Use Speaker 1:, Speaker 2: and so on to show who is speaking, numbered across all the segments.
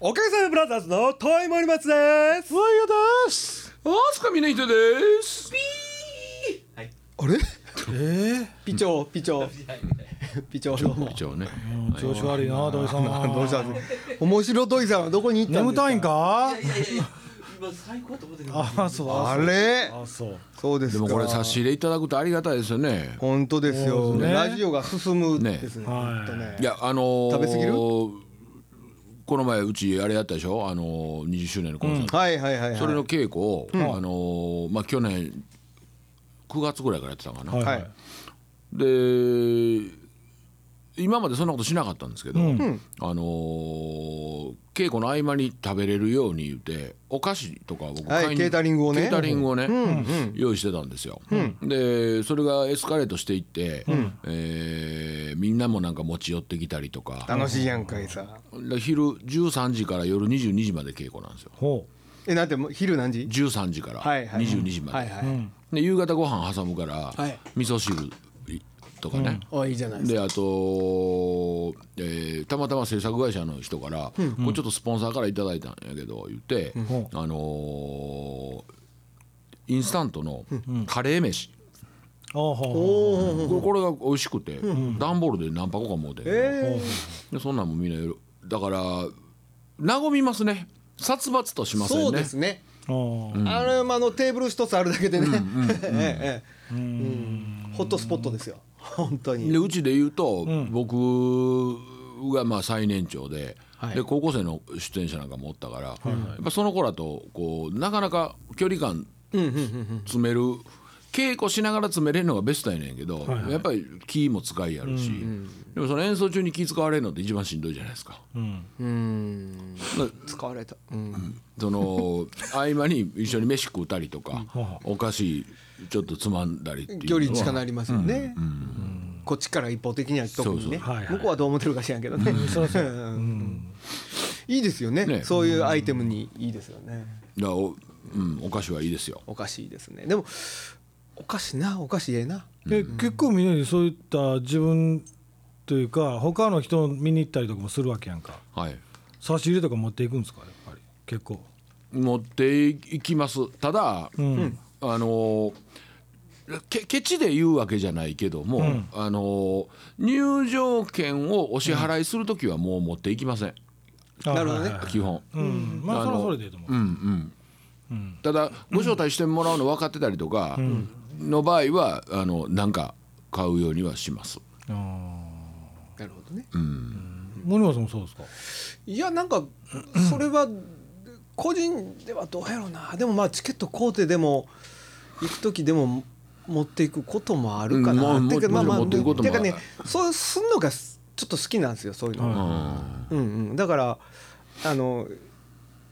Speaker 1: おかげさまブラザーズの遠い森松です
Speaker 2: ワイヤです。アスカミネヒトです。
Speaker 1: あ れ
Speaker 2: え
Speaker 1: ピチョピチョピチョどうも
Speaker 2: じゃあね。
Speaker 3: え調子悪いな、土井さんは。
Speaker 1: どうしたんです面白土井さんはどこに行ったんで
Speaker 3: 眠
Speaker 1: すか
Speaker 3: たいんか。
Speaker 4: いやいやいや今最高と思ってる
Speaker 3: あ、そう。
Speaker 1: あ
Speaker 3: そう
Speaker 1: れ
Speaker 3: あ、そう。
Speaker 1: そうです
Speaker 2: で
Speaker 1: か
Speaker 2: もこれ差し入れいただくとありがたいですよね。
Speaker 1: 本当ですよ
Speaker 3: そうですね
Speaker 1: ラジオが進むですね
Speaker 3: はい
Speaker 1: 本当ね
Speaker 2: いやあのー、
Speaker 1: 食べ過ぎる
Speaker 2: この前うちあれやったでしょ。あのー、20周年のコンサート。
Speaker 1: はいはいはいはい
Speaker 2: それの稽古を、あのー、まあ去年9月ぐらいからやってたのかな。
Speaker 3: はい
Speaker 1: は
Speaker 3: はいい。
Speaker 2: で今までそんなことしなかったんですけど、
Speaker 3: うん
Speaker 2: あのー稽古の合間に食べれるように言ってお菓子とか僕
Speaker 1: はい
Speaker 2: 買いに
Speaker 1: ケータリングをね
Speaker 2: ケータリングをね、
Speaker 1: うんうん
Speaker 2: 用意してたんですよ、でそれがエスカレートしていって、えーみんなもなんか持ち寄ってきたりとか
Speaker 1: 楽しいやんかいさ
Speaker 2: で昼13時から夜22時まで稽古なんですよ
Speaker 3: ほ
Speaker 1: えなんてもう昼何時
Speaker 2: 13時から
Speaker 1: はいはい
Speaker 2: 22時まで、
Speaker 1: はいは
Speaker 3: う。う
Speaker 1: い
Speaker 3: ん。
Speaker 2: で夕方ご飯挟むから、
Speaker 4: はい
Speaker 2: 味噌汁とかね、
Speaker 4: あいいじゃないです
Speaker 2: であと、えーたまたま制作会社の人から、これちょっとスポンサーからいただいたんやけど言って、あのーインスタントのカレー飯、
Speaker 3: あ、ほうほう
Speaker 1: お
Speaker 3: ほ
Speaker 1: お
Speaker 2: これこれが美味しくて、段ボールで何箱か持って、
Speaker 1: え
Speaker 2: でそんなんもみんなよだから和みますね殺伐とし
Speaker 1: ー
Speaker 2: ませんね
Speaker 1: そうですね
Speaker 3: う。おう。
Speaker 1: あれまああのテーブル一つあるだけでねええええうんホットスポットですよ本当
Speaker 2: で
Speaker 1: に
Speaker 2: うちで言うと、僕がまあ最年長で,、で高校生の出演者なんかもおったから、やっぱその子らとこうなかなか距離感詰める、稽古しながら詰めれるのがベストやねんけど、やっぱり気も使いやるし、でもその演奏中に気使われるのって一番しんどいじゃないですか。
Speaker 3: うん。
Speaker 1: うん
Speaker 2: だ
Speaker 1: 使われたうん
Speaker 2: その合間に一緒に飯食うたりとか、お菓子ちょっとつまんだりっていうの
Speaker 1: 距
Speaker 2: は
Speaker 1: 離近なりますよね、こっちから一方的には特にね
Speaker 3: そうそうはいはい
Speaker 1: 向こうはどう思ってるか知らんけどね、
Speaker 3: そうそう。
Speaker 1: う
Speaker 3: うんん。
Speaker 1: いいですよね
Speaker 2: ね
Speaker 1: そういうアイテムにいいですよね
Speaker 2: だからおうん、お菓子はいいですよ。
Speaker 1: お菓子いいですねでもお菓子なお菓子ええな
Speaker 3: で、結構みんなでそういった自分。というか、他の人を見に行ったりとかもするわけやんか。
Speaker 2: はい
Speaker 3: 差し入れとか持っていくんですか、やっぱり。結構。
Speaker 2: 持っていきますただ、
Speaker 3: うん。
Speaker 2: あのけケチで言うわけじゃないけども、
Speaker 3: ん
Speaker 2: あの入場券をお支払いする時はもう持っていきません、
Speaker 3: あ
Speaker 1: なるほどね
Speaker 3: はいはいはい
Speaker 2: 基本。
Speaker 3: うん。まあ、
Speaker 2: あ
Speaker 3: そ
Speaker 2: の
Speaker 3: れはそれでいいと思
Speaker 2: うんうん
Speaker 3: う。うん。
Speaker 2: ただご招待してもらうの分かってたりとかの場合はあのなんか買うようにはします。
Speaker 3: ああ。
Speaker 1: なるほどね
Speaker 2: うん、
Speaker 3: 森本さんもそうですか。
Speaker 1: いやなんかそれは個人ではどうやろうなでもまあチケット買うてでも行く時でも持っていくこともあるかな、
Speaker 2: うんま
Speaker 1: てか
Speaker 2: あもちろん
Speaker 1: まあまあ
Speaker 2: 持っていくことも
Speaker 1: てかねそうすんのがちょっと好きなんですよそういうの、
Speaker 3: はい
Speaker 2: うん
Speaker 1: うんうん、だからあの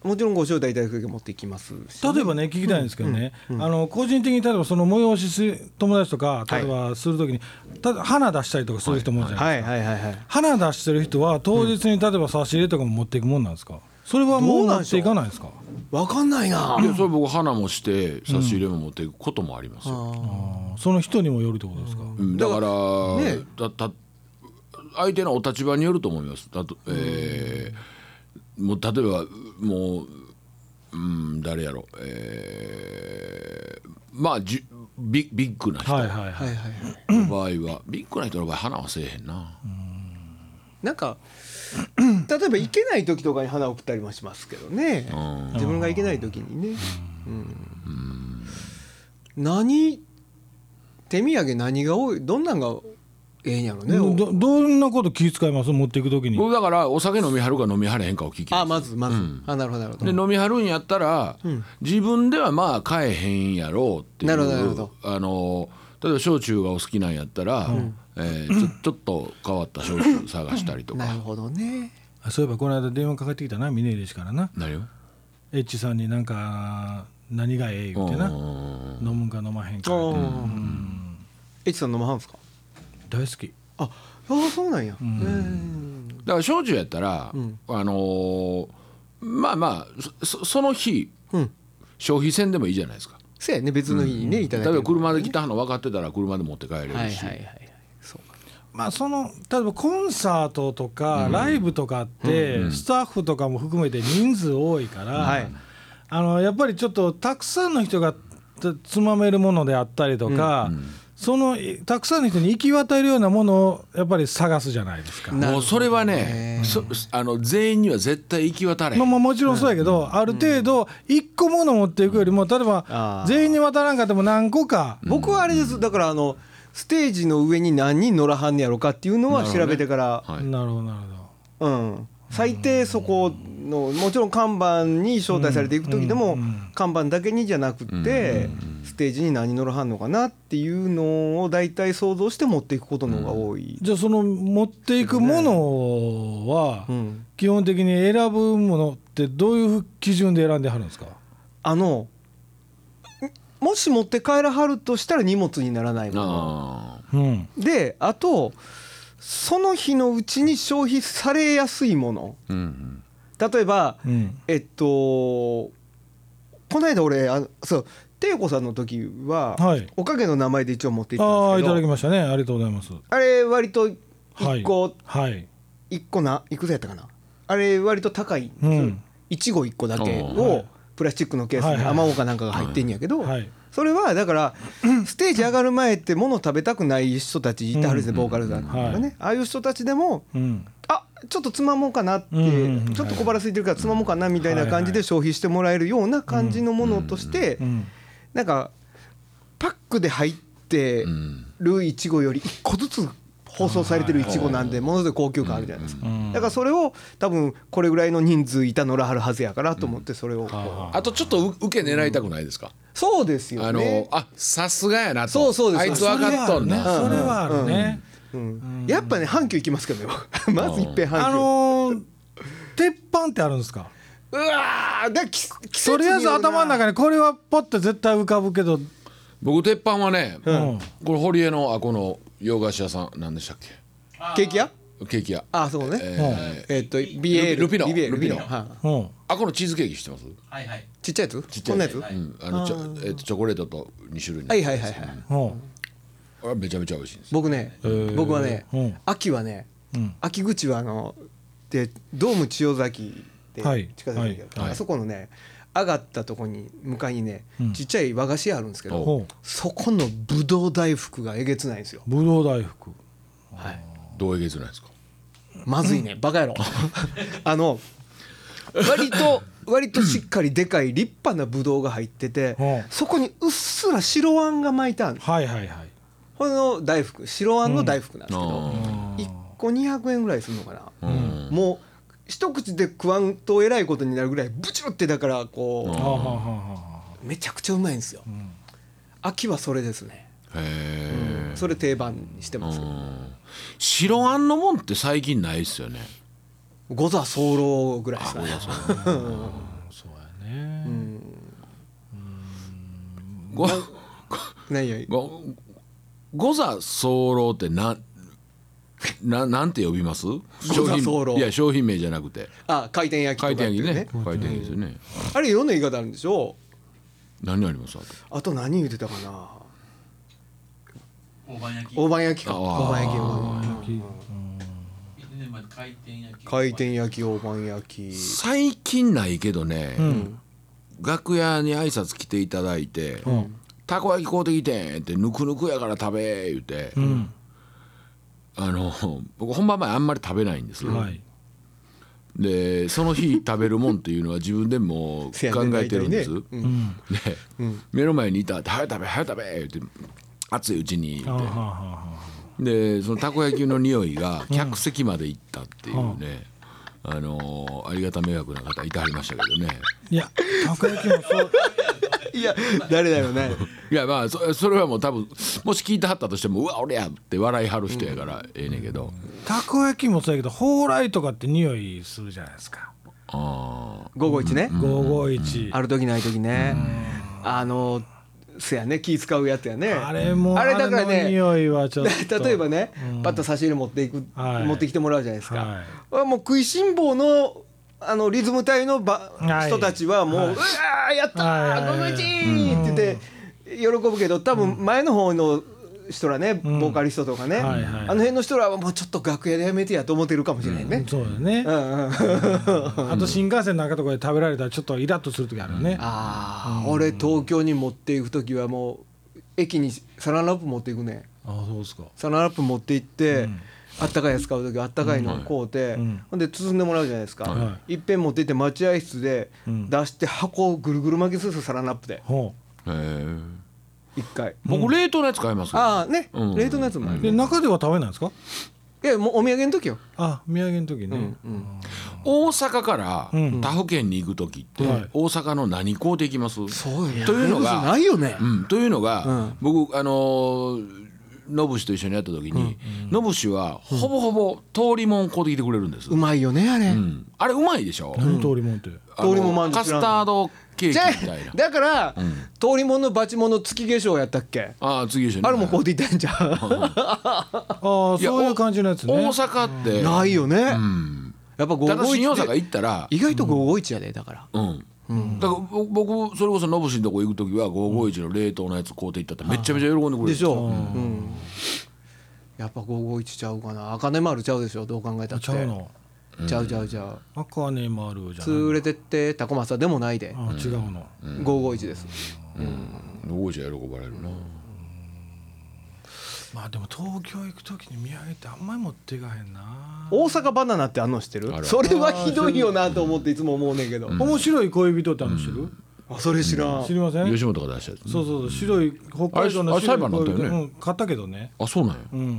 Speaker 1: もちろんご招待いただく時は持っていきますし
Speaker 3: 例えばね聞きたいんですけどね、
Speaker 1: うんうん
Speaker 3: あの個人的に例えばその催しす友達とか例えばするときに、ただ花出したりとかする人もいるじゃない、
Speaker 1: はいはいはいはい
Speaker 3: 花出してる人は当日に例えば差し入れとかも持っていくもんなんですかそれはも
Speaker 1: ど
Speaker 3: う
Speaker 1: うな
Speaker 3: 持
Speaker 1: んで
Speaker 3: っ
Speaker 1: してょう
Speaker 3: いかないですか
Speaker 1: わかんないない
Speaker 2: やそれ僕花もして差し入れも持っていくこともありますよ。
Speaker 3: あーその人にもよるってことですか、
Speaker 2: うんだから
Speaker 1: ね
Speaker 2: だた相手のお立場によると思います。だとえーもう例えばもう、うん、誰やろ、えーまあじゅビビッグな人
Speaker 3: は
Speaker 2: の
Speaker 3: いはいはい、
Speaker 1: はいはい
Speaker 2: 場合は、ビッグな人の場合花はせえへんな、
Speaker 1: なんか 例えば行けない時とかに花を送ったりもしますけどね
Speaker 2: うん
Speaker 1: 自分が行けない時にねうん何手土産何が多いどんなんがええんやろね
Speaker 3: どどんなこと気遣います持っていくときに、
Speaker 2: 僕だからお酒飲みはるか飲みはれへんかを聞き
Speaker 1: あ
Speaker 2: ます
Speaker 1: まずまず
Speaker 2: うん
Speaker 1: あなるほどなるほ
Speaker 2: で
Speaker 1: ど
Speaker 2: 飲みはるんやったら、
Speaker 1: うん
Speaker 2: 自分ではまあ買えへんやろうってい
Speaker 1: な
Speaker 2: う
Speaker 1: るほどなるほど
Speaker 2: あの例えば焼酎がお好きなんやったら、えーちょちょっと変わった焼酎探したりと
Speaker 1: なる
Speaker 2: か。
Speaker 1: ほどね
Speaker 3: あそういえばこの間電話かかってきたな峰岸からな
Speaker 2: なるよ。
Speaker 3: エッチさんになんか何がええ言うて
Speaker 2: う
Speaker 3: なん飲むんか飲まへんか
Speaker 1: あ
Speaker 3: 言うて
Speaker 1: あエチさん飲まはんすか
Speaker 3: 大好き
Speaker 1: ああそうなんやへ
Speaker 3: ん
Speaker 1: え
Speaker 2: だから焼酎やったら、
Speaker 1: うん
Speaker 2: あのーまあまあそその日
Speaker 1: うん
Speaker 2: 消費せんでもいいじゃないですか。
Speaker 1: そうやね別の日にねいた
Speaker 2: 例
Speaker 1: だ
Speaker 2: え
Speaker 1: ける
Speaker 2: ば車で来たの分かってたら車で持って帰れるし、
Speaker 1: はいはいはいはいそうか
Speaker 3: まあ、その例えばコンサートとかライブとかって、スタッフとかも含めて人数多いから、
Speaker 1: はい
Speaker 3: あのやっぱりちょっとたくさんの人がつつまめるものであったりとか、そのいたくさんの人に行き渡るようなものをやっぱり探すじゃないですか。
Speaker 1: なるほどね
Speaker 2: もうそれはねそあの全員には絶対行き渡れへん
Speaker 3: まあ、まあもちろんそうやけど、ある程度一個もの持っていくよりも例え
Speaker 1: あ
Speaker 3: ば
Speaker 1: ー
Speaker 3: 全員に渡らんかっても何個か、
Speaker 1: 僕はあれですだからあのステージの上に何人乗らはんねやろかっていうのは調べてから、
Speaker 2: はい
Speaker 3: なるほどなるほど。
Speaker 1: うん、最低そこのもちろん看板に招待されていく時でも、
Speaker 3: うんうん
Speaker 1: 看板だけにじゃなくて、ステージに何乗らはんのかなっていうのを大体想像して持っていくことの方が多い。
Speaker 3: じゃあその持っていくものは、
Speaker 1: うん
Speaker 3: 基本的に選ぶものってどういう基準で選んではるんですか
Speaker 1: あのんもし持って帰らはるとしたら荷物にならないもの
Speaker 2: あ
Speaker 3: うん
Speaker 1: であとその日のうちに消費されやすいもの
Speaker 2: ーうん
Speaker 1: 例えば
Speaker 3: うん
Speaker 1: えっとこの間俺あそう帝子さんの時は、
Speaker 3: はい
Speaker 1: おかげの名前で一応持っていった
Speaker 3: あ
Speaker 1: ん
Speaker 3: あ
Speaker 1: で
Speaker 3: い
Speaker 1: すけ
Speaker 3: ただき
Speaker 1: ど
Speaker 3: ましたねありがとうございます
Speaker 1: あれ割と1個、
Speaker 3: はい
Speaker 1: 一個ないくつやったかなあれ割と高いんですよ、
Speaker 3: うん
Speaker 1: 1号1個だけ
Speaker 2: お
Speaker 1: を、プラスチックのケース
Speaker 3: はい
Speaker 1: に
Speaker 3: はい
Speaker 1: アマオかなんかが入ってんやけど、
Speaker 3: はい
Speaker 1: それはだから ステージ上がる前って物食べたくない人たちいてはるんですね、
Speaker 3: うん
Speaker 1: ボーカルさんとかね、
Speaker 3: はい
Speaker 1: ああいう人たちでも
Speaker 3: うん
Speaker 1: あちょっとつまもうかなって、
Speaker 3: うん
Speaker 1: ちょっと小腹空いてるからつまもうかなみたいな感じで消費してもらえるような感じのものとして、
Speaker 3: うん
Speaker 1: なんかパックで入って
Speaker 2: うん
Speaker 1: るいちごより1個ずつ包装されてるいちごなんでものすごい高級感あるじゃないですか、
Speaker 3: うん
Speaker 1: だからそれを多分これぐらいの人数いたのらはるはずやからと思ってそれをこう、
Speaker 2: あとちょっとう受け狙いたくないですか、
Speaker 1: そうですよね
Speaker 2: あのあさすがやなと
Speaker 1: そうそうです
Speaker 2: あいつ分かっとんな、
Speaker 3: それはあるね
Speaker 1: うんやっぱね阪急行きますけどね僕まずいっぺん阪
Speaker 3: あ
Speaker 1: 急
Speaker 3: のー鉄板ってあるんですか
Speaker 1: うわーだからき季節
Speaker 3: と
Speaker 1: に
Speaker 3: り
Speaker 1: よ
Speaker 3: あえ
Speaker 1: る
Speaker 3: ず
Speaker 1: な
Speaker 3: 頭の中にこれはポッて絶対浮かぶけど
Speaker 2: 僕鉄板はね、
Speaker 3: ん
Speaker 2: これ堀江のあこの洋菓子屋さん何でしたっけ
Speaker 1: ケーキ屋
Speaker 2: ケーキ屋
Speaker 1: あそうね、
Speaker 2: え
Speaker 1: えっと BA
Speaker 2: ルピノ
Speaker 1: ルピノ
Speaker 2: ルピノ
Speaker 1: はい
Speaker 3: うん
Speaker 2: ーあこのチーズケーキ知ってます、
Speaker 4: はいはい。
Speaker 1: ちっちゃいやつ
Speaker 2: ちっち
Speaker 1: こん
Speaker 2: ゃ
Speaker 1: な
Speaker 2: いや
Speaker 1: や
Speaker 2: つ
Speaker 1: つ、は
Speaker 2: うんあのちょえっとチョコレートと2種類の
Speaker 1: いはいはいはい
Speaker 3: うん
Speaker 2: これはめちゃめちゃ美味しいんです
Speaker 1: 僕ね、僕はね、
Speaker 3: うん
Speaker 1: 秋はね、
Speaker 3: うん
Speaker 1: 秋口はあのでドーム千代崎で
Speaker 3: はい
Speaker 1: 近づいてる、
Speaker 2: はい
Speaker 1: あそこのね上がったとこに向かいにね、
Speaker 3: うん
Speaker 1: ちっちゃい和菓子屋あるんですけど、
Speaker 3: ほう
Speaker 1: そこのぶどう大福がえげつないんですよ、
Speaker 3: ぶどう大福
Speaker 1: はい、
Speaker 2: どうえげつないですか
Speaker 1: まずいねバカ野 郎あの割と割としっかりでかい立派なぶどうが入ってて、
Speaker 3: うん
Speaker 1: そこにうっすら白あんが巻いてある
Speaker 3: はいはいはい
Speaker 1: この大福白あんの大福なんですけど、
Speaker 2: あ
Speaker 1: 1個200円ぐらいするのかな、
Speaker 2: ーうん
Speaker 1: もう一口で食わんとえらいことになるぐらいブチュってだから
Speaker 3: は
Speaker 1: こ
Speaker 3: あはあはあはあ
Speaker 1: うめちゃくちゃうまいんですよ、秋はそれですね、
Speaker 2: へえ
Speaker 1: それ定番にしてます、
Speaker 2: 白あんのもんって最近ないっすよね
Speaker 1: 五座候ぐらいですね
Speaker 3: そうやね
Speaker 2: ご
Speaker 1: 何より
Speaker 2: ごご座候ってなんななんて呼びます商
Speaker 1: 座
Speaker 2: 品
Speaker 1: 候
Speaker 2: いや商品名じゃなくて
Speaker 1: あ回転焼きとか
Speaker 2: 回
Speaker 1: って
Speaker 2: 転
Speaker 1: い
Speaker 2: 焼
Speaker 1: う
Speaker 2: き
Speaker 1: ね
Speaker 2: ね回転焼きですよね
Speaker 1: あれいろんな言い方あるんでしょ
Speaker 2: 何ありますあと
Speaker 1: あと何言ってたかな
Speaker 4: 大判焼き。
Speaker 1: 大判焼きか
Speaker 2: あー
Speaker 1: 大判焼き大判焼
Speaker 4: 一年前回転焼き。
Speaker 1: き回。転焼き大判焼き
Speaker 2: 最近ないけどね、
Speaker 3: ん
Speaker 2: 楽屋に挨拶来ていただいて「たこ焼き買うてきてん」って「ぬくぬくやから食べ」言うて、
Speaker 3: うん
Speaker 2: あの僕本番前あんまり食べないんですよ、
Speaker 3: はい
Speaker 2: でその日食べるもんっていうのは自分でも
Speaker 1: せ
Speaker 2: う
Speaker 1: や
Speaker 2: 考
Speaker 1: ね
Speaker 2: えてるんです、
Speaker 1: 大体ね
Speaker 3: うん
Speaker 2: で、目の前にいたって「早く食べ早く食べ」って熱いうちに言
Speaker 3: あは
Speaker 2: う
Speaker 3: あ
Speaker 2: て
Speaker 3: はあはあ
Speaker 2: でそのたこ焼きの匂いが客席まで行ったっていうね、あのありがた迷惑な方いてはりましたけどね
Speaker 3: いやたこ焼きもそう
Speaker 1: いや誰だよね
Speaker 2: いやまあそそれはもう多分もし聞いてはったとしても「うわ俺や!」って笑いはる人やからええねんけど、
Speaker 3: たこ焼きもそうやけど蓬莱とかって匂いするじゃないですか
Speaker 2: ああ
Speaker 1: 午後一ね、
Speaker 3: 551
Speaker 1: ある時ない時ねあのせやね気使うやつやね
Speaker 3: あれも
Speaker 1: あれだから
Speaker 3: あの
Speaker 1: ね
Speaker 3: 匂いはちょっと
Speaker 1: 例えばねパッと差し入れ持っていく、
Speaker 3: はい
Speaker 1: 持ってきてもらうじゃないですか、
Speaker 3: は
Speaker 1: もう食いしん坊のあのリズム隊のば、
Speaker 3: はい
Speaker 1: 人たちはもう「
Speaker 3: はいう
Speaker 1: わーやった
Speaker 3: はい
Speaker 1: ー
Speaker 3: はい
Speaker 1: ご
Speaker 3: はい
Speaker 1: めちー!」って言って喜ぶけど多分前の方の人らねボ
Speaker 3: うん
Speaker 1: ーカリストとかね、
Speaker 3: はいはい
Speaker 1: あの辺の人らはもうちょっと楽屋でやめてやと思ってるかもしれないね、
Speaker 3: そうだね
Speaker 1: う、んうん、
Speaker 3: あと新幹線の中とかで食べられたらちょっとイラッとする時あるよね、
Speaker 1: ああ、俺東京に持っていく時はもう駅にサランラップ持っていくね
Speaker 3: あそうですか
Speaker 1: サランラップ持って行って、
Speaker 3: うん
Speaker 1: あったかいやつ買う時あったかいのを買うて、
Speaker 3: うん
Speaker 1: ほんで包んでもらうじゃないですか、、
Speaker 3: はい
Speaker 1: っぺん持って行って待合室で
Speaker 3: うん
Speaker 1: 出して箱をぐるぐる巻きするんですよサランラップで
Speaker 3: ほ
Speaker 2: へえ
Speaker 1: 一回、
Speaker 2: 僕冷凍のやつ買いますよ
Speaker 1: ああね、
Speaker 2: うん
Speaker 1: 冷凍のやつもあ
Speaker 3: う
Speaker 1: るね、
Speaker 3: で中では食べないんですか
Speaker 1: いやもうお土産の時よ、
Speaker 3: あ土産の時
Speaker 1: う
Speaker 3: ね
Speaker 1: ん、うん
Speaker 2: 大阪から
Speaker 3: うん
Speaker 2: 他府県に行く時って
Speaker 3: はい
Speaker 2: 大阪の何校で行きます、
Speaker 1: そうよ
Speaker 2: というのが
Speaker 1: レゴスないよね、
Speaker 2: うん、というのが、
Speaker 1: うん
Speaker 2: 僕あのーノブシと一緒にやった時に、ノブシはほぼほぼ通りもん買うてきてくれるんです、
Speaker 1: うまいよねあれ、
Speaker 2: うんあれうまいでしょ、
Speaker 3: 何通りもんって、
Speaker 2: あの
Speaker 1: 通りもんまんじゅう
Speaker 2: カスタードケーキみ
Speaker 1: じゃあ
Speaker 2: たいな
Speaker 1: だから、
Speaker 2: ん
Speaker 1: 通りもんのバチもんの月化粧やったっけ
Speaker 2: ああ次一緒に
Speaker 1: あれもこうでいたんじゃん
Speaker 3: ああそう
Speaker 2: いや
Speaker 3: いう感じのやつね
Speaker 2: 大阪って、
Speaker 1: ないよね、
Speaker 2: うん、
Speaker 1: やっぱ
Speaker 2: ただ新大
Speaker 1: 551
Speaker 2: 阪
Speaker 1: で
Speaker 2: 行ったら
Speaker 1: 意外と551やでだから、
Speaker 2: うん、だからぼ僕それこそノブシのとこ行く時は551の冷凍のやつ買うて行ったってめっちゃめちゃ喜んでくれる
Speaker 1: でしょ、う
Speaker 3: うん
Speaker 1: んやっぱ551ちゃうかな茜丸ちゃうでしょどう考えた
Speaker 3: あ
Speaker 1: って
Speaker 3: ちゃうの
Speaker 1: ちゃうちゃうちゃう
Speaker 3: 赤ね丸じゃ
Speaker 1: 連
Speaker 3: ない
Speaker 1: れてってタコマサでもないで、
Speaker 3: あ違うの、
Speaker 1: 551です、
Speaker 2: 551は喜ばれるな
Speaker 3: まあでも東京行く時に土産ってあんまり持っていかへんな
Speaker 1: 大阪バナナってあんのしてる
Speaker 2: ある
Speaker 1: それはひどいよなと思っていつも思うねんけど、
Speaker 3: 面白い恋人ってあの知る、
Speaker 1: あそれ知らん、
Speaker 3: 知りません
Speaker 2: 吉本が出したやつね
Speaker 3: そうそうそう白い北海道
Speaker 2: あ
Speaker 3: の
Speaker 2: れあれ裁
Speaker 3: 白
Speaker 2: 判
Speaker 3: い
Speaker 2: になった
Speaker 3: 恋
Speaker 2: よ
Speaker 3: 人、
Speaker 2: ね
Speaker 3: うん、買ったけどね、
Speaker 2: あそうなんや
Speaker 3: うん、
Speaker 2: へ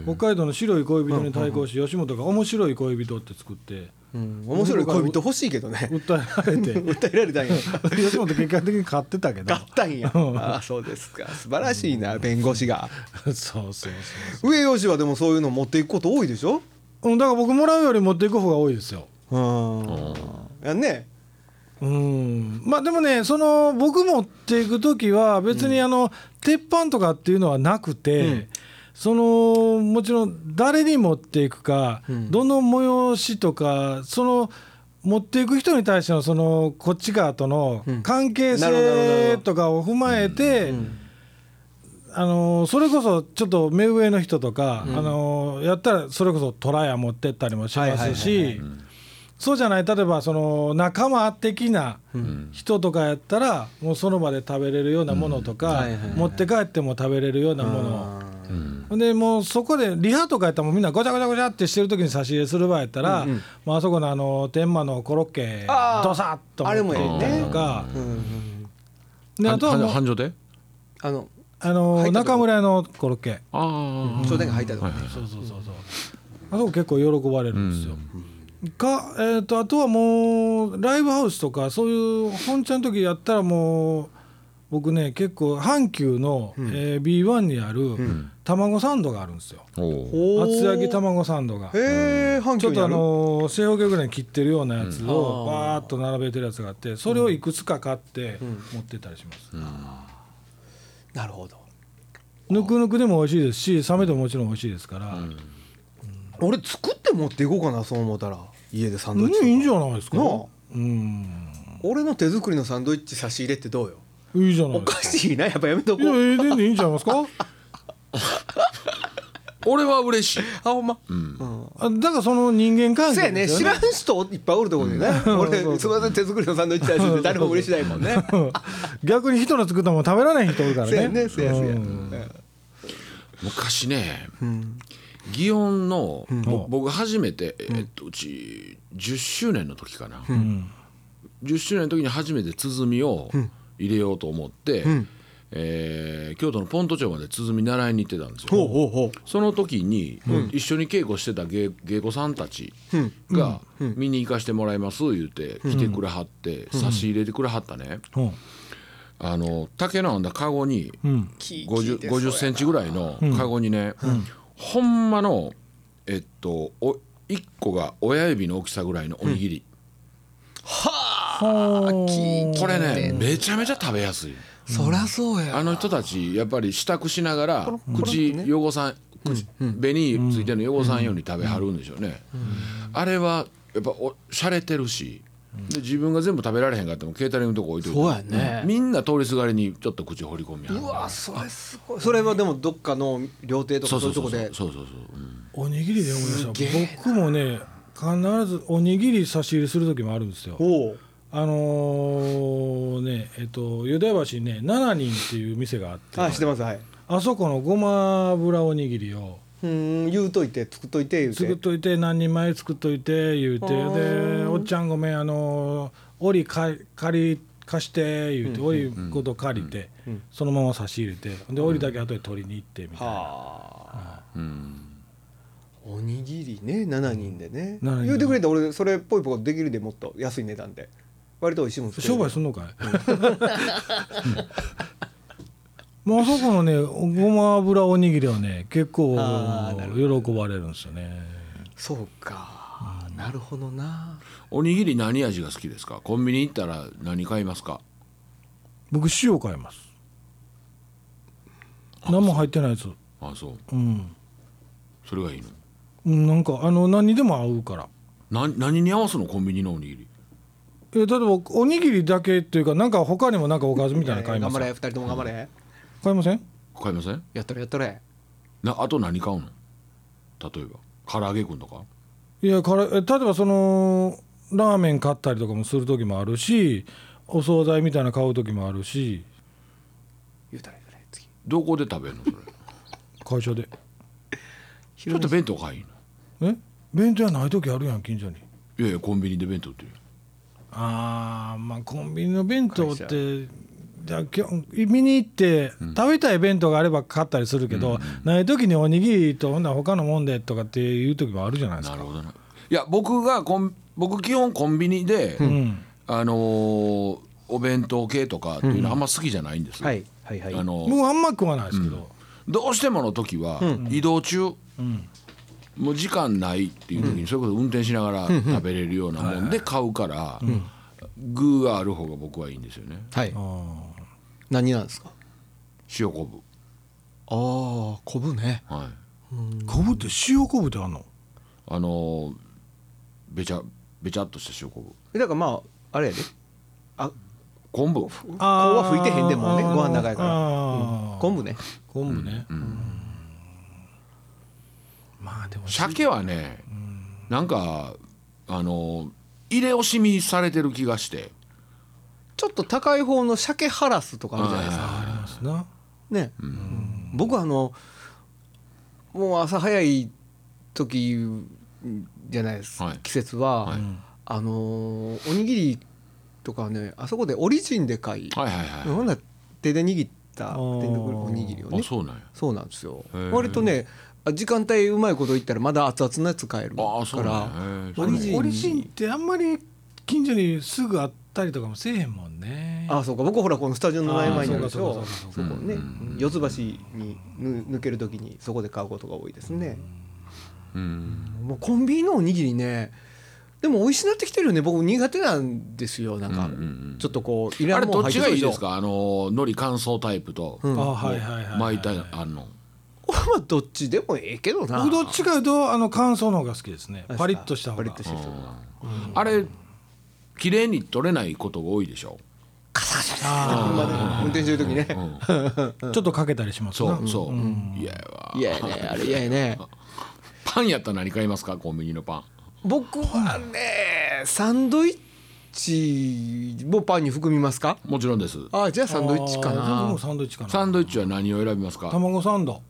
Speaker 2: え
Speaker 3: 北海道の白い恋人に対抗し吉本が「面白い恋人」って作って
Speaker 1: うん、面白い恋人欲しいけどね
Speaker 3: 訴えられて
Speaker 1: 訴えられたんや
Speaker 3: 吉本結果的に買ってたけど
Speaker 1: 買ったんやあそうですか素晴らしいな弁護士が
Speaker 3: そうそうそう
Speaker 1: 上陽氏はでもそういうの持っていくこと多いでしょ
Speaker 3: うんだから僕もらうより持っていく方が多いですよ
Speaker 1: うんやんね
Speaker 3: うんまあでもねその僕持っていく時は別にあの、鉄板とかっていうのはなくて、
Speaker 1: うん
Speaker 3: そのもちろん誰に持っていくか、
Speaker 1: うん
Speaker 3: どの催しとかその持っていく人に対してのそのこっち側との
Speaker 1: うん
Speaker 3: 関係
Speaker 1: なるほどなるほ
Speaker 3: 性
Speaker 1: ど
Speaker 3: とかを踏まえて、
Speaker 1: ん
Speaker 3: あのそれこそちょっと目上の人とか、
Speaker 1: うん
Speaker 3: あのやったらそれこそトラヤ持ってったりもします
Speaker 1: は
Speaker 3: し、
Speaker 1: いはいはいは
Speaker 3: そうじゃない例えばその仲間的な
Speaker 2: うん
Speaker 3: 人とかやったらもうその場で食べれるようなものと
Speaker 1: うん
Speaker 3: か
Speaker 1: はいはいはい
Speaker 3: 持って帰っても食べれるようなもの
Speaker 2: うん
Speaker 3: ほんでもうそこでリハとかやったらもうみんなごちゃごちゃごちゃってしてる時に差し入れする場合やったら、
Speaker 1: うんうん
Speaker 3: まああそこのあの天満のコロッケ
Speaker 1: あー
Speaker 3: ドサッと
Speaker 1: あれ
Speaker 3: 持
Speaker 1: も
Speaker 3: っ
Speaker 1: え
Speaker 3: て
Speaker 1: え
Speaker 3: いったりとか
Speaker 1: うんうん
Speaker 3: であとはもう
Speaker 2: 繁盛で
Speaker 1: あの
Speaker 3: あの
Speaker 1: 入ったとこ
Speaker 3: 中村屋のコロッケ
Speaker 2: ああ
Speaker 1: 商店街入ったとこね
Speaker 3: そうそうそうそうあそこ結構喜ばれるんですよ、か、えー、とあとはもうライブハウスとかそういう本ちゃんの時やったらもう僕ね結構阪急の、えー B1 にある卵サンドがあるんですよ、
Speaker 2: おおう
Speaker 1: おー
Speaker 3: 厚焼き卵サンドが
Speaker 1: へえ反
Speaker 3: ちょ
Speaker 1: 響
Speaker 3: っ
Speaker 1: にあ
Speaker 3: とあ
Speaker 1: る
Speaker 3: のー正方形ぐらいに切ってるようなやつを
Speaker 1: うんあー
Speaker 3: バーッと並べてるやつがあってそれをいくつか買って持ってったりします、
Speaker 1: なるほど
Speaker 3: ぬくぬくでも美味しいですし冷めてももちろん美味しいですから、うん
Speaker 1: 俺作って持っていこうかなそう思ったら家でサンドイッチとか
Speaker 3: いいんじゃないですか
Speaker 1: なあ
Speaker 3: うん
Speaker 1: 俺の手作りのサンドイッチ差し入れってどうよ
Speaker 3: いいじゃない
Speaker 1: お
Speaker 3: です
Speaker 1: か
Speaker 3: か
Speaker 1: しいなやっぱやめと
Speaker 3: いや
Speaker 1: こう
Speaker 3: ええでんでいいんちゃいます か
Speaker 2: 俺は嬉しい
Speaker 1: あほんまうん
Speaker 3: あだからその人間関
Speaker 1: そう
Speaker 3: 係
Speaker 1: やね
Speaker 3: ですよ
Speaker 1: 知らん人いっぱいおるとこでね俺すみません手作りのサンドイッチ出して誰も嬉しないもんね
Speaker 3: 逆に人の作ったもの食べられない人おるから
Speaker 1: そうや
Speaker 3: ね
Speaker 1: ねそうやそうやうん
Speaker 2: 昔ね祇園のぼ僕初めてえっとうち10周年の時かな10周年の時に初めて鼓を入れようと思ってえー京都のポント町まで鼓習いに行ってたんです
Speaker 1: ほう
Speaker 2: よ
Speaker 1: ほうほう
Speaker 2: その時に一緒に稽古してた芸芸妓さんたちが「見に行かしてもらいます」言うて来てくれはって差し入れてくれはったね
Speaker 3: うん
Speaker 2: あの竹の編んだカゴに
Speaker 3: うん
Speaker 1: 聞い聞いてそう
Speaker 2: 50
Speaker 1: やな
Speaker 2: 50センチぐらいのカゴにね、ほんまのえっとお1個が親指の大きさぐらいのおにぎり、
Speaker 1: はあ聞い
Speaker 2: これねめちゃめちゃ食べやすい
Speaker 1: そりゃそうや
Speaker 2: あの人たちやっぱり支度しながら口汚さん口紅ついてるの汚さんように食べはるんでしょうね、あれはやっぱお洒落てるし、で自分が全部食べられへんかってもケータリングのとこ置いといて
Speaker 1: そうやね
Speaker 2: みんな通りすがりにちょっと口掘り込みはる
Speaker 1: うわそれすごいそれはでもどっかの料亭と
Speaker 2: そ
Speaker 1: かそ
Speaker 2: うそう
Speaker 1: いううと
Speaker 2: そ
Speaker 1: こ
Speaker 2: う
Speaker 1: で
Speaker 2: そうそうそうそううん
Speaker 3: おにぎりで思い出
Speaker 1: す
Speaker 3: し
Speaker 1: げえ
Speaker 3: た僕もね必ずおにぎり差し入れする時もあるんですよ
Speaker 1: おお
Speaker 3: あのーねえっと淀屋橋にね7人っていう店があって
Speaker 1: あしてますはい
Speaker 3: あそこのごま油おにぎりを
Speaker 1: うん言うといて作っといて言うて
Speaker 3: 作っといて何人前作っといて言うて
Speaker 1: あー
Speaker 3: で「おっちゃんごめんあのー折か借り貸して」言うて折ごと借りて
Speaker 1: うん
Speaker 3: そのまま差し入れてで折だけ後で取りに行ってみたいな。
Speaker 1: はあ
Speaker 2: うん
Speaker 1: おにぎりね7人でね
Speaker 3: 7人で
Speaker 1: 言うてくれて俺それぽいぽいできるでもっと安い値段で割と美味しいもん作れ
Speaker 3: 商
Speaker 1: る
Speaker 3: 売すんのかい もうあそこのねごま油おにぎりはね結構
Speaker 1: あーなる
Speaker 3: 喜ばれるんですよね
Speaker 1: そうかなるほどな
Speaker 2: おにぎり何味が好きですかコンビニ行ったら何買いますか
Speaker 3: 僕塩買います何も入ってないやつ
Speaker 2: あそう
Speaker 3: うん
Speaker 2: それがいいの
Speaker 3: うんなんかあの何にでも合うから
Speaker 2: な何に合わすのコンビニのおにぎり
Speaker 3: え例えばおにぎりだけっていうかなんか他にもなんかおかずみたいなの買いま
Speaker 1: 頑
Speaker 3: す
Speaker 1: 張れ二人とも頑張れ
Speaker 3: 買いません
Speaker 2: 買いません
Speaker 1: やったれやったれ
Speaker 2: なあと何買うの例えば唐揚げくんとか
Speaker 3: いやからえ例えばそのラーメン買ったりとかもする時もあるしお惣菜みたいなの買う時もあるし
Speaker 1: 言うたら言うたら次
Speaker 2: どこで食べるのそれ
Speaker 3: 会社で
Speaker 2: ちょっと弁当買いの
Speaker 3: え弁当屋ない時あるやん近所に
Speaker 2: いやいやコンビニで弁当っていう
Speaker 3: あーまあコンビニの弁当ってじゃあ今日見に行って食べたい弁当があれば買ったりするけど、ない時におにぎりとほんなら他のもんでとかっていう時もあるじゃないです
Speaker 2: な
Speaker 3: か
Speaker 2: るほどないや僕がコン僕基本コンビニで、
Speaker 3: うん
Speaker 2: あのーお弁当系とかっていうのはあんま好きじゃないんですよ、
Speaker 1: はいはいはい
Speaker 2: あのー
Speaker 3: 僕あんま食わないですけど、
Speaker 2: どうしてもの時は移動中、もう時間ないっていう時にそれこそ運転しながら食べれるようなもんで買うから、具がある方が僕はいいんですよね
Speaker 1: はい
Speaker 3: あー
Speaker 1: 何なんですか
Speaker 2: 塩昆布
Speaker 1: ああこぶね
Speaker 2: はい
Speaker 3: 昆布って塩昆布ってあんの
Speaker 2: あのーべちゃべちゃっとした塩昆布
Speaker 1: だからまああれやで
Speaker 2: 昆布
Speaker 1: こうは吹いてへんでもね
Speaker 3: あー
Speaker 1: ご飯長いから
Speaker 3: あー
Speaker 1: 昆布ね
Speaker 3: 昆布ね、まあでも
Speaker 2: 鮭はね、なんかあの入れ惜しみされてる気がして
Speaker 1: ちょっと高い方の鮭ハラスとかあるじゃないですか
Speaker 3: ありますな
Speaker 1: ね僕あのもう朝早い時じゃないです
Speaker 2: はい
Speaker 1: 季節は
Speaker 2: はい
Speaker 1: あのーおにぎりとかねあそこでオリジンで買い
Speaker 2: はいはいはい、
Speaker 1: ほんなら手で握った
Speaker 3: あ
Speaker 1: 手
Speaker 3: ー
Speaker 1: で握るおにぎりをね
Speaker 2: あそうなんや
Speaker 1: そうなんですよ
Speaker 2: へー
Speaker 1: 割とねあ時間帯うまいこと言ったらまだ熱々のやつ買えるか
Speaker 2: ああそうなん
Speaker 1: ら
Speaker 2: や
Speaker 1: オ
Speaker 2: へえ
Speaker 1: リジン
Speaker 3: オリジンってあんまり近所にすぐあったりとかもせえへんもんね
Speaker 1: あそうか僕ほらこのスタジオの前前にあるでし
Speaker 3: あーそう
Speaker 1: ょ
Speaker 3: かそう
Speaker 1: そ
Speaker 3: かそう
Speaker 2: か
Speaker 1: こね
Speaker 2: うん
Speaker 1: 四つ橋にぬ抜ける時にそこで買うことが多いですね
Speaker 2: うん
Speaker 1: もうコンビニのおにぎりねでも美味しくなってきてるよね僕苦手なんですよなんか
Speaker 2: うんうんうん
Speaker 1: ちょっとこういら
Speaker 2: あ
Speaker 1: ん
Speaker 2: れ
Speaker 1: もん
Speaker 2: どっ
Speaker 1: 入
Speaker 2: ち
Speaker 1: て
Speaker 2: が
Speaker 1: そうで
Speaker 2: いい
Speaker 1: しょ
Speaker 2: で すかあの海苔乾燥タイプと、
Speaker 1: うん
Speaker 3: あはいはいはい
Speaker 2: 巻いたあんの
Speaker 1: これはどっちでもええけどな
Speaker 3: 僕どっちかいうとあの乾燥の方が好きですね
Speaker 1: あ
Speaker 3: パリッとした方
Speaker 1: パリ
Speaker 3: が
Speaker 1: ッとした人が
Speaker 2: あれ綺麗に取れないことが多いでしょ、
Speaker 1: 車で運転してる時
Speaker 2: う
Speaker 1: ね
Speaker 2: ん、
Speaker 3: ちょっとかけたりします
Speaker 2: そ
Speaker 3: な
Speaker 2: うそう、
Speaker 3: ん
Speaker 2: いやわ
Speaker 1: いやいやねあれいやいやね
Speaker 2: パンやったら何買いますかコンビニのパン
Speaker 1: 僕はねサンドイッチもパンに含みますか
Speaker 2: もちろんです
Speaker 1: あじゃあサンドイッチか
Speaker 3: あー僕
Speaker 1: な
Speaker 3: もサンドイッチかな
Speaker 2: サンドイッチは何を選びますか
Speaker 3: 卵サンド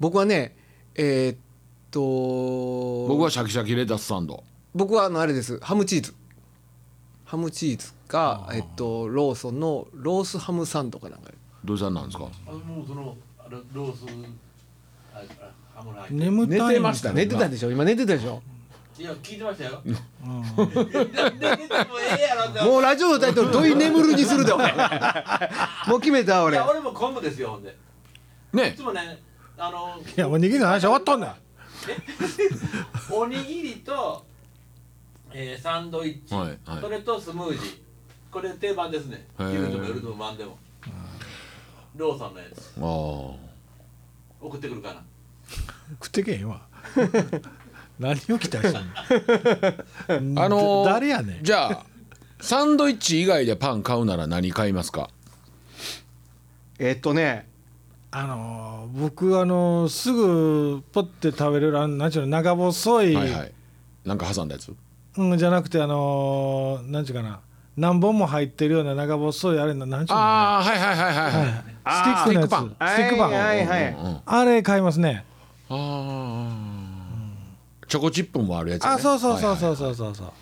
Speaker 1: 僕はねえーっと
Speaker 2: 僕はシャキシャキレタスサンド
Speaker 1: 僕はあのあれですハムチーズハムチーズかえっとローソンのロースハムサンドかなんか
Speaker 2: どうしたんなんですか
Speaker 4: あもうそのあのロースああハムライ
Speaker 3: 眠たいんですよ
Speaker 1: 寝てたでしょ今寝てたでしょ
Speaker 4: いや聞いてましたよ。うん、ででもええやろって。
Speaker 1: もうラジオのタイトル「どい眠る」にするで俺もう決めた
Speaker 4: い
Speaker 1: 俺
Speaker 4: や俺も昆布ですよほんで。い
Speaker 2: ね
Speaker 4: つもねあの
Speaker 3: いやおにぎりの話終わっとんねん
Speaker 4: おにぎりと、えー、サンドイッチ、
Speaker 2: はいはい
Speaker 4: それとスムージーこれ定番ですね
Speaker 2: へー
Speaker 4: 昼でも夜でも晩でもローソンのやつ
Speaker 2: ああ
Speaker 4: 送ってくるかな
Speaker 3: 食ってけへんわ 何を期待してんの
Speaker 2: あのー
Speaker 3: 誰やねん
Speaker 2: じゃあサンドイッチ以外でパン買うなら何買いますか
Speaker 1: えっとね
Speaker 3: あのー僕あのーすぐポッて食べれるあのなんちゅうの長細い、
Speaker 2: はいはいなんか挟んだやつ
Speaker 3: うん、じゃなくてあのーなんちゅうかな何本も入ってるような長細いあれななんちゅうのか
Speaker 2: ああはいはいはいはいはい、
Speaker 3: なスティック
Speaker 2: あー
Speaker 3: のやつスティックパ
Speaker 1: は
Speaker 3: ン、
Speaker 1: いはいはい
Speaker 2: うんうん
Speaker 3: あれ買いますね
Speaker 2: あーチョコチップもあるやつ、ね、
Speaker 3: あそうそうそう
Speaker 2: う、
Speaker 3: そうそうそうそう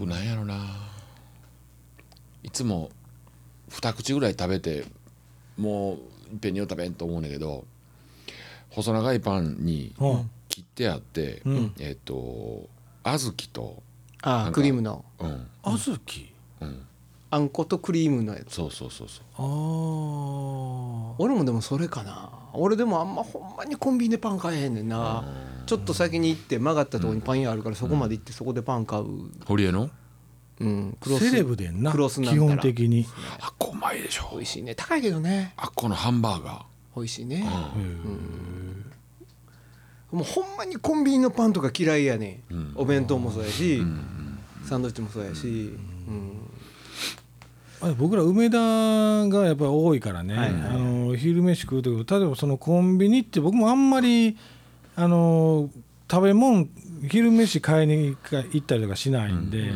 Speaker 2: 僕なんやろないつも二口ぐらい食べてもういっぺんによう食べんと思うねんだけど細長いパンに
Speaker 3: うん
Speaker 2: 切ってあって、
Speaker 3: うん
Speaker 2: えっ、と小豆と、
Speaker 1: あークリームの
Speaker 2: うん
Speaker 3: 小豆
Speaker 2: うん、
Speaker 1: あんことクリームのやつ
Speaker 2: そうそうそうそう
Speaker 3: あ
Speaker 1: 俺もでもそれかな俺でもあんまほんまにコンビニでパン買えへんねんなちょっと先に行って曲がったとこにパン屋あるからそこまで行ってそこでパン買う、
Speaker 2: 堀江の
Speaker 1: うん、ク
Speaker 3: あセレブでんな
Speaker 1: クロスなん
Speaker 3: 基
Speaker 1: たら
Speaker 3: 本的に
Speaker 2: あっこうまいでし
Speaker 1: 美
Speaker 2: ょ
Speaker 1: 味しいね高いけどね
Speaker 2: あっこのハンバーガ
Speaker 1: 美味しいね、
Speaker 2: ー、うん
Speaker 1: もうほんまにコンビニのパンとか嫌いやね、ん
Speaker 2: うん
Speaker 1: お弁当もそうやし、サンドイッチもそうやし、うん
Speaker 3: あ僕ら梅田がやっぱり多いからね、
Speaker 1: はいはいはい
Speaker 3: あの昼飯食う時例えばそのコンビニって僕もあんまりあの食べ物昼飯買いに行ったりとかしないんで、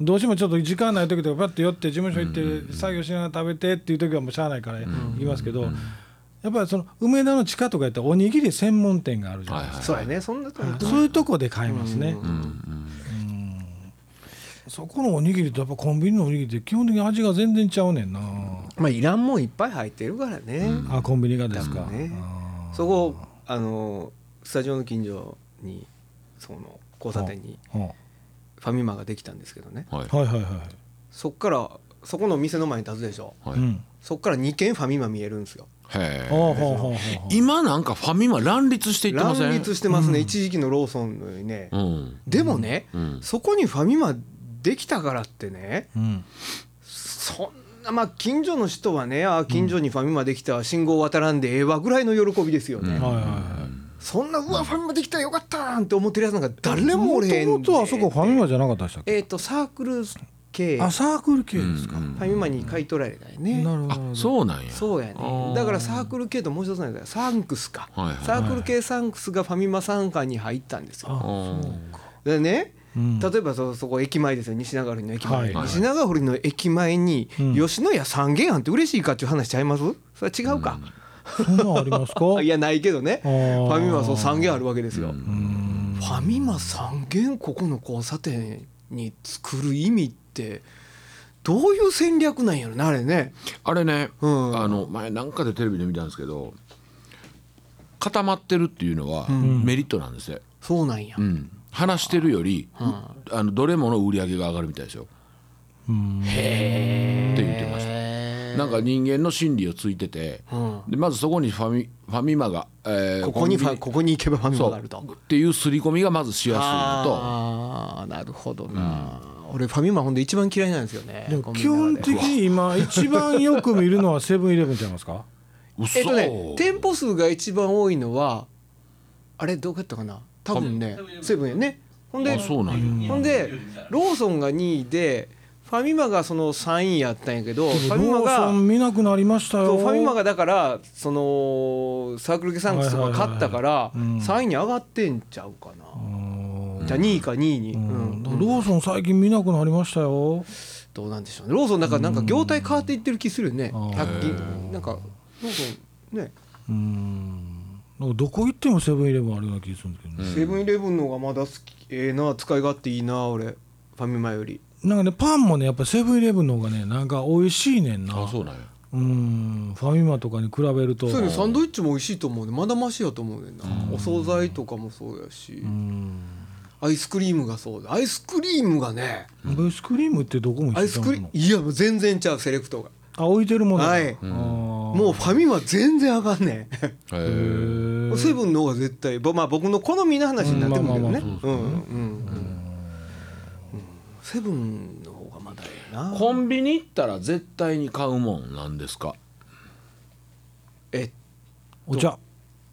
Speaker 3: どうしてもちょっと時間ない時とかパッと寄って事務所行って作業しながら食べてっていう時はもうしゃあないから行きますけど、やっぱりその梅田の地下とかやったらおにぎり専門店があるじゃない
Speaker 2: はい
Speaker 3: ですか、
Speaker 2: はい
Speaker 1: そうやねそんなとこ行く
Speaker 3: そういうとこで買いますね、
Speaker 1: うん
Speaker 2: うんうん
Speaker 3: そこのおにぎりとやっぱコンビニのおにぎりって基本的に味が全然ちゃうねんな、
Speaker 1: まあいらんもんいっぱい入ってるからね、
Speaker 3: あコンビニがです
Speaker 1: 多
Speaker 3: か。
Speaker 1: 分ね
Speaker 3: あー
Speaker 1: そこあのスタジオの近所にその交差点に
Speaker 3: うんは
Speaker 1: ファミマができたんですけどね
Speaker 2: はい
Speaker 3: いはいは
Speaker 1: そっからそこの店の前に立つでしょ
Speaker 2: はい
Speaker 3: い。うん。
Speaker 1: そっから2軒ファミマ見えるんですよ
Speaker 2: へ
Speaker 3: あ
Speaker 2: ー
Speaker 3: あはあはあはあ。
Speaker 2: 今なんかファミマ乱立していってません
Speaker 1: 乱立してますね、
Speaker 3: うん
Speaker 1: 一時期のローソンのようにね、
Speaker 2: うん
Speaker 1: でもね、
Speaker 2: うん
Speaker 1: そこにファミマできたからってね
Speaker 3: うん。
Speaker 1: そんなまあ近所の人はねあ近所にファミマできたわ信号渡らんでええわぐらいの喜びですよね、
Speaker 3: はいはい
Speaker 1: そんなうわファミマできたよかったなんて思ってるやつなんか
Speaker 3: は
Speaker 1: 誰
Speaker 3: い。
Speaker 1: もおれへんで
Speaker 3: もともとあそこファミマじゃなかったでしたっけ。
Speaker 1: えっ、とサークル系フ
Speaker 3: あサークル系
Speaker 2: うん
Speaker 3: ですか。
Speaker 2: うん
Speaker 1: ァミマに買い取られないね、
Speaker 3: なるほどなるほ
Speaker 2: あ
Speaker 3: ど。
Speaker 2: そうなんや
Speaker 1: そうや
Speaker 2: あ
Speaker 1: ね
Speaker 2: ー
Speaker 1: だからサークル系ともう一つなんだよサンクスか、
Speaker 2: はいはい
Speaker 1: サークル系サンクスがファミマ傘下に入ったんですよ
Speaker 3: あ
Speaker 2: うん
Speaker 1: でね
Speaker 3: うん。
Speaker 1: 例えばそそこ駅前ですよ西長堀の駅前、
Speaker 3: はい
Speaker 2: はい
Speaker 1: 西長堀の駅前に
Speaker 3: うん
Speaker 1: 吉野家三軒あんって嬉しいかっていう話ちゃいますそれは違うか、
Speaker 3: そんなんありま すか。
Speaker 1: いやないけどね
Speaker 3: あ
Speaker 1: フ
Speaker 3: ー
Speaker 1: ァミマはそう三軒あるわけですよ、
Speaker 2: うん
Speaker 3: うん。
Speaker 1: ファミマ三軒ここの交差点に作る意味ってどういう戦略なんやろなあれね
Speaker 2: あれね、
Speaker 1: うん
Speaker 2: あの前なんかでテレビで見たんですけど固まってるっていうのは
Speaker 1: ん
Speaker 2: メリットなんですよ、
Speaker 1: そうなんや、
Speaker 2: うん話してるより、あのどれもの売り上げが上がるみたいですよ
Speaker 3: うん。
Speaker 2: って言ってました
Speaker 1: へ
Speaker 2: なんか人間の心理をついてて、
Speaker 1: ーうん
Speaker 2: でまずそこにファミファミマが、えー
Speaker 1: ここにフ
Speaker 2: コン
Speaker 1: ァ
Speaker 2: ビ
Speaker 1: ここに行けばファミマがあると
Speaker 2: そうっていう刷り込みがまずしやすいの
Speaker 1: ああなるほどな、俺ファミマほんで一番嫌いなんですよね
Speaker 3: で
Speaker 1: コン
Speaker 3: も
Speaker 1: ビ
Speaker 3: 基
Speaker 1: ニの中
Speaker 3: 本
Speaker 1: で
Speaker 3: 的に今一番よく見るのはセブンイレブンちゃいま すか。
Speaker 2: と嘘
Speaker 1: えっとね店舗数が一番多いのはあれどこやったかな多分ねセブンやねほんで
Speaker 2: あそうなんや、
Speaker 1: ほんでローソンが2位でファミマがその3位やったんやけど
Speaker 3: ロ
Speaker 1: ファミマ
Speaker 3: ーソ
Speaker 1: が
Speaker 3: ン見なくなりまし
Speaker 1: そ
Speaker 3: たよ。
Speaker 1: うファミマがだからそのサークル系サンクスとか買ったから
Speaker 3: いはいはいうん
Speaker 1: 3位に上がってんちゃうかな、
Speaker 3: うん。
Speaker 1: じゃあ2位か2位に、
Speaker 3: うん
Speaker 1: う
Speaker 3: ロ
Speaker 1: ん
Speaker 3: ーソン最近見なくなりましたよ。
Speaker 1: どうなんでしょうねローソンなんかなんか業態変わっていってる気するよね
Speaker 3: あー
Speaker 1: 100均なんかローソンね
Speaker 3: うんなんかどこ行ってもセブンイレブンあるような気がするんですけどね、
Speaker 1: セブンイレブンの方がまだ好きええな使い勝手いいな俺ファミマより
Speaker 3: なんかねパンもねやっぱセブンイレブンの方がねなんか美味しいねんな
Speaker 2: あそうなんや
Speaker 3: うんファミマとかに比べると
Speaker 1: そういうのサンドイッチも美味しいと思うねまだマシやと思うねんなお惣菜とかもそうやし
Speaker 3: うん
Speaker 1: アイスクリームがそうだアイスクリームがね
Speaker 3: アイスクリームってどこも
Speaker 1: アイ
Speaker 3: 一
Speaker 1: ス
Speaker 3: 緒ちゃ
Speaker 1: ク
Speaker 3: う
Speaker 1: リ
Speaker 3: の
Speaker 1: いやもう全然ちゃうセレクトが
Speaker 3: あ置いてるものが
Speaker 1: はい
Speaker 3: あー
Speaker 1: もうファミマ全然あかんね
Speaker 2: へ
Speaker 3: へ
Speaker 2: ー
Speaker 1: ん
Speaker 3: ー
Speaker 1: セブンの方が絶対ぼまあ僕の好みの話になってくるけどね
Speaker 3: うんまあまあまあ
Speaker 1: うんうんうんセブンの方がまだええな
Speaker 2: コンビニ行ったら絶対に買うもんなんですか
Speaker 1: え
Speaker 3: お茶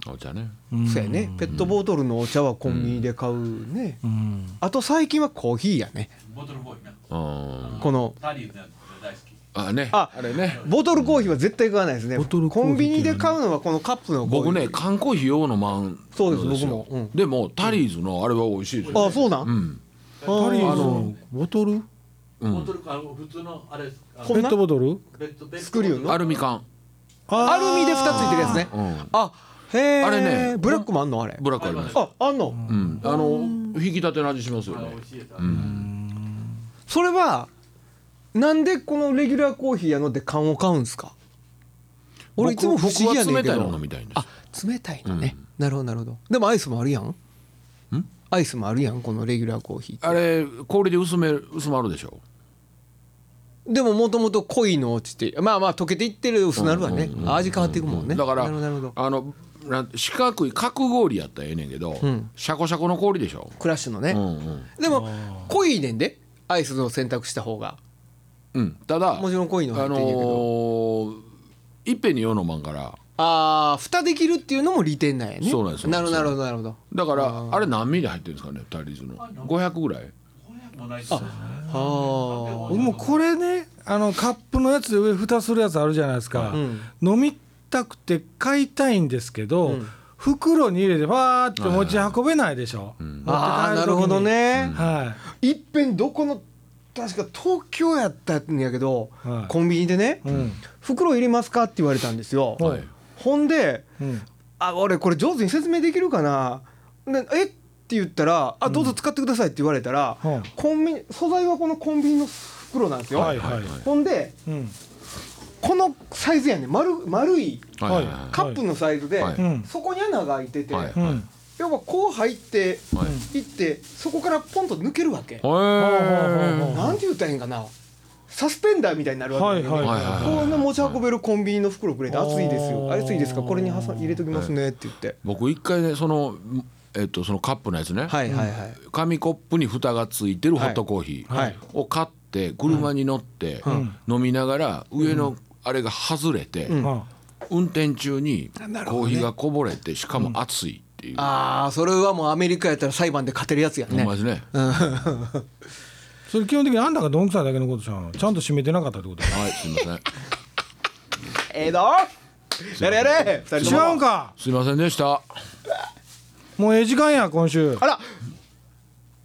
Speaker 2: お茶ね
Speaker 3: ん
Speaker 1: そうやねペットボトルのお茶はコンビニで買うね、
Speaker 3: うん
Speaker 1: あと最近はコーヒーやね
Speaker 4: ボトルボーイな
Speaker 2: うん
Speaker 1: この
Speaker 4: タリウムなんて大好き
Speaker 2: あね
Speaker 1: あ
Speaker 2: あれね
Speaker 1: ボトルコーヒーは絶対買わないですね
Speaker 3: ボトルコー
Speaker 1: コ
Speaker 3: ヒー
Speaker 1: ンビニで買うのはこのカップのコーヒ
Speaker 2: 僕
Speaker 1: ー
Speaker 2: ね缶コーヒー用のマン
Speaker 1: そうです
Speaker 2: のよ
Speaker 1: 僕もうん
Speaker 2: でもタリーズのあれは美味しいですよ
Speaker 1: あそうなん、
Speaker 2: うん
Speaker 3: パリ
Speaker 1: あ
Speaker 3: ー
Speaker 1: ー
Speaker 3: ズのボトル
Speaker 2: うん
Speaker 4: ボトルかあの普通のあれですあ
Speaker 1: こ
Speaker 3: ペ
Speaker 1: んな
Speaker 3: ットボトル
Speaker 4: ベッドベッド
Speaker 1: 作るよな
Speaker 2: アルミ缶
Speaker 1: アルミで蓋ついてるやつね
Speaker 2: うん
Speaker 1: あへえ
Speaker 2: あれね
Speaker 1: ブラックもあんのあれ
Speaker 2: ブラックあります
Speaker 1: ああんの、
Speaker 2: うんあの引き立ての味しますよ
Speaker 4: あれ
Speaker 2: ね
Speaker 4: 美味しいやつ、
Speaker 1: それはなんでこのレギュラーコーヒーやので缶を買うんですか俺いつも不思議やねんけど
Speaker 2: 僕は冷たいの飲みたいんです
Speaker 1: あ冷たいのね、なるほどなるほどでもアイスもあるやんアイスもあるやんこのレギュラーコーヒー
Speaker 2: あれ氷で薄め薄まるでしょ
Speaker 1: でももともと濃いの落ちてまあまあ溶けていってる薄なるわね、味変わっていくもんね、
Speaker 2: だから
Speaker 1: なるほどなるほど
Speaker 2: あのなん四角い角氷やったらええねんけど、
Speaker 1: ん
Speaker 2: シャコシャコの氷でしょ、
Speaker 1: クラッシュのね、
Speaker 2: うんうん
Speaker 1: でも濃いねんでアイスの選択した方が
Speaker 2: うん、ただ
Speaker 1: もちろん濃いの入
Speaker 2: あ
Speaker 1: って
Speaker 2: の
Speaker 1: んやけど、
Speaker 2: ーいっぺんに世のまんから
Speaker 1: ああ蓋できるっていうのも利点なんやね
Speaker 2: そうなんですよ
Speaker 1: なるほどなるほどなるほど
Speaker 2: だからあれ何ミリ入ってるんですかねタリーズの500ぐらい
Speaker 4: 500もないっすよね
Speaker 1: あ
Speaker 3: 僕もうこれねあのカップのやつで上蓋するやつあるじゃないですか、飲みたくて買いたいんですけど、袋に入れてバーって持ち運べないでしょ、持って帰る時に
Speaker 1: あーなるほどね、
Speaker 3: はい
Speaker 1: っぺんどこの確か東京やったんやけど、
Speaker 3: はい
Speaker 1: コンビニでね、
Speaker 3: い、うん
Speaker 1: 袋いりますか?」って言われたんですよ、
Speaker 2: はい
Speaker 1: ほんで
Speaker 3: うん、
Speaker 1: 「あ俺これ上手に説明できるかな?で」えって言ったら「あどうぞ使ってください」って言われたら、
Speaker 3: うん
Speaker 1: コンビニ素材はこのコンビニの袋なんですよ、
Speaker 3: はいはいはい
Speaker 1: ほんで
Speaker 3: うん
Speaker 1: このサイズやね丸丸い
Speaker 2: はいはいは
Speaker 1: カップのサイズで、
Speaker 2: はい
Speaker 3: うん
Speaker 1: そこに穴が開いてて、
Speaker 2: はい
Speaker 3: うん
Speaker 1: 要はこう入って
Speaker 2: いはい
Speaker 1: いってそこからポンと抜けるわけ、
Speaker 2: へー
Speaker 1: なんて言ったらいいんかなサスペンダーみたいになるわけだよね、
Speaker 2: は
Speaker 3: はい
Speaker 2: いはいはい
Speaker 1: こんな持ち運べるコンビニの袋くれて「
Speaker 3: はい
Speaker 1: 熱いですよ
Speaker 3: あー
Speaker 1: 熱いですかこれに挟入れときますね」って言って、
Speaker 2: 僕一回ねそのえっとそのカップのやつね、
Speaker 1: はいはいはい。
Speaker 2: 紙コップに蓋がついてるホットコーヒ
Speaker 1: はいはい
Speaker 2: ーを買って車に乗って飲みながら上のあれが外れて
Speaker 1: ん
Speaker 3: あ
Speaker 2: 運転中に
Speaker 1: なるほ
Speaker 2: コ
Speaker 1: ど
Speaker 2: ー
Speaker 1: ね
Speaker 2: ヒーがこぼれてしかも熱いっていう
Speaker 1: ああ、それはもうアメリカやったら裁判で勝てるやつや
Speaker 2: ほん
Speaker 1: ね
Speaker 2: ま。ですね
Speaker 3: それ基本的にあんたがどんくさいだけのことじゃんちゃんと閉めてなかったってこと
Speaker 2: はいすいません
Speaker 1: ええの。やれやれ。二人とも
Speaker 3: 違うん。か
Speaker 2: すいませんでした
Speaker 3: もうええ時間や今週
Speaker 1: あら。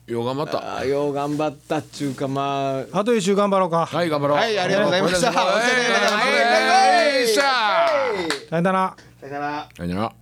Speaker 2: よう頑張った
Speaker 1: あーよう頑張ったっちゅうか、まあ。
Speaker 3: あと一週頑張ろうか、
Speaker 2: はい頑張ろう
Speaker 1: はいありがとうございました
Speaker 2: はい
Speaker 1: お疲れ様でした
Speaker 2: はいさあ
Speaker 3: さよなら
Speaker 1: さよなら。
Speaker 2: さよなら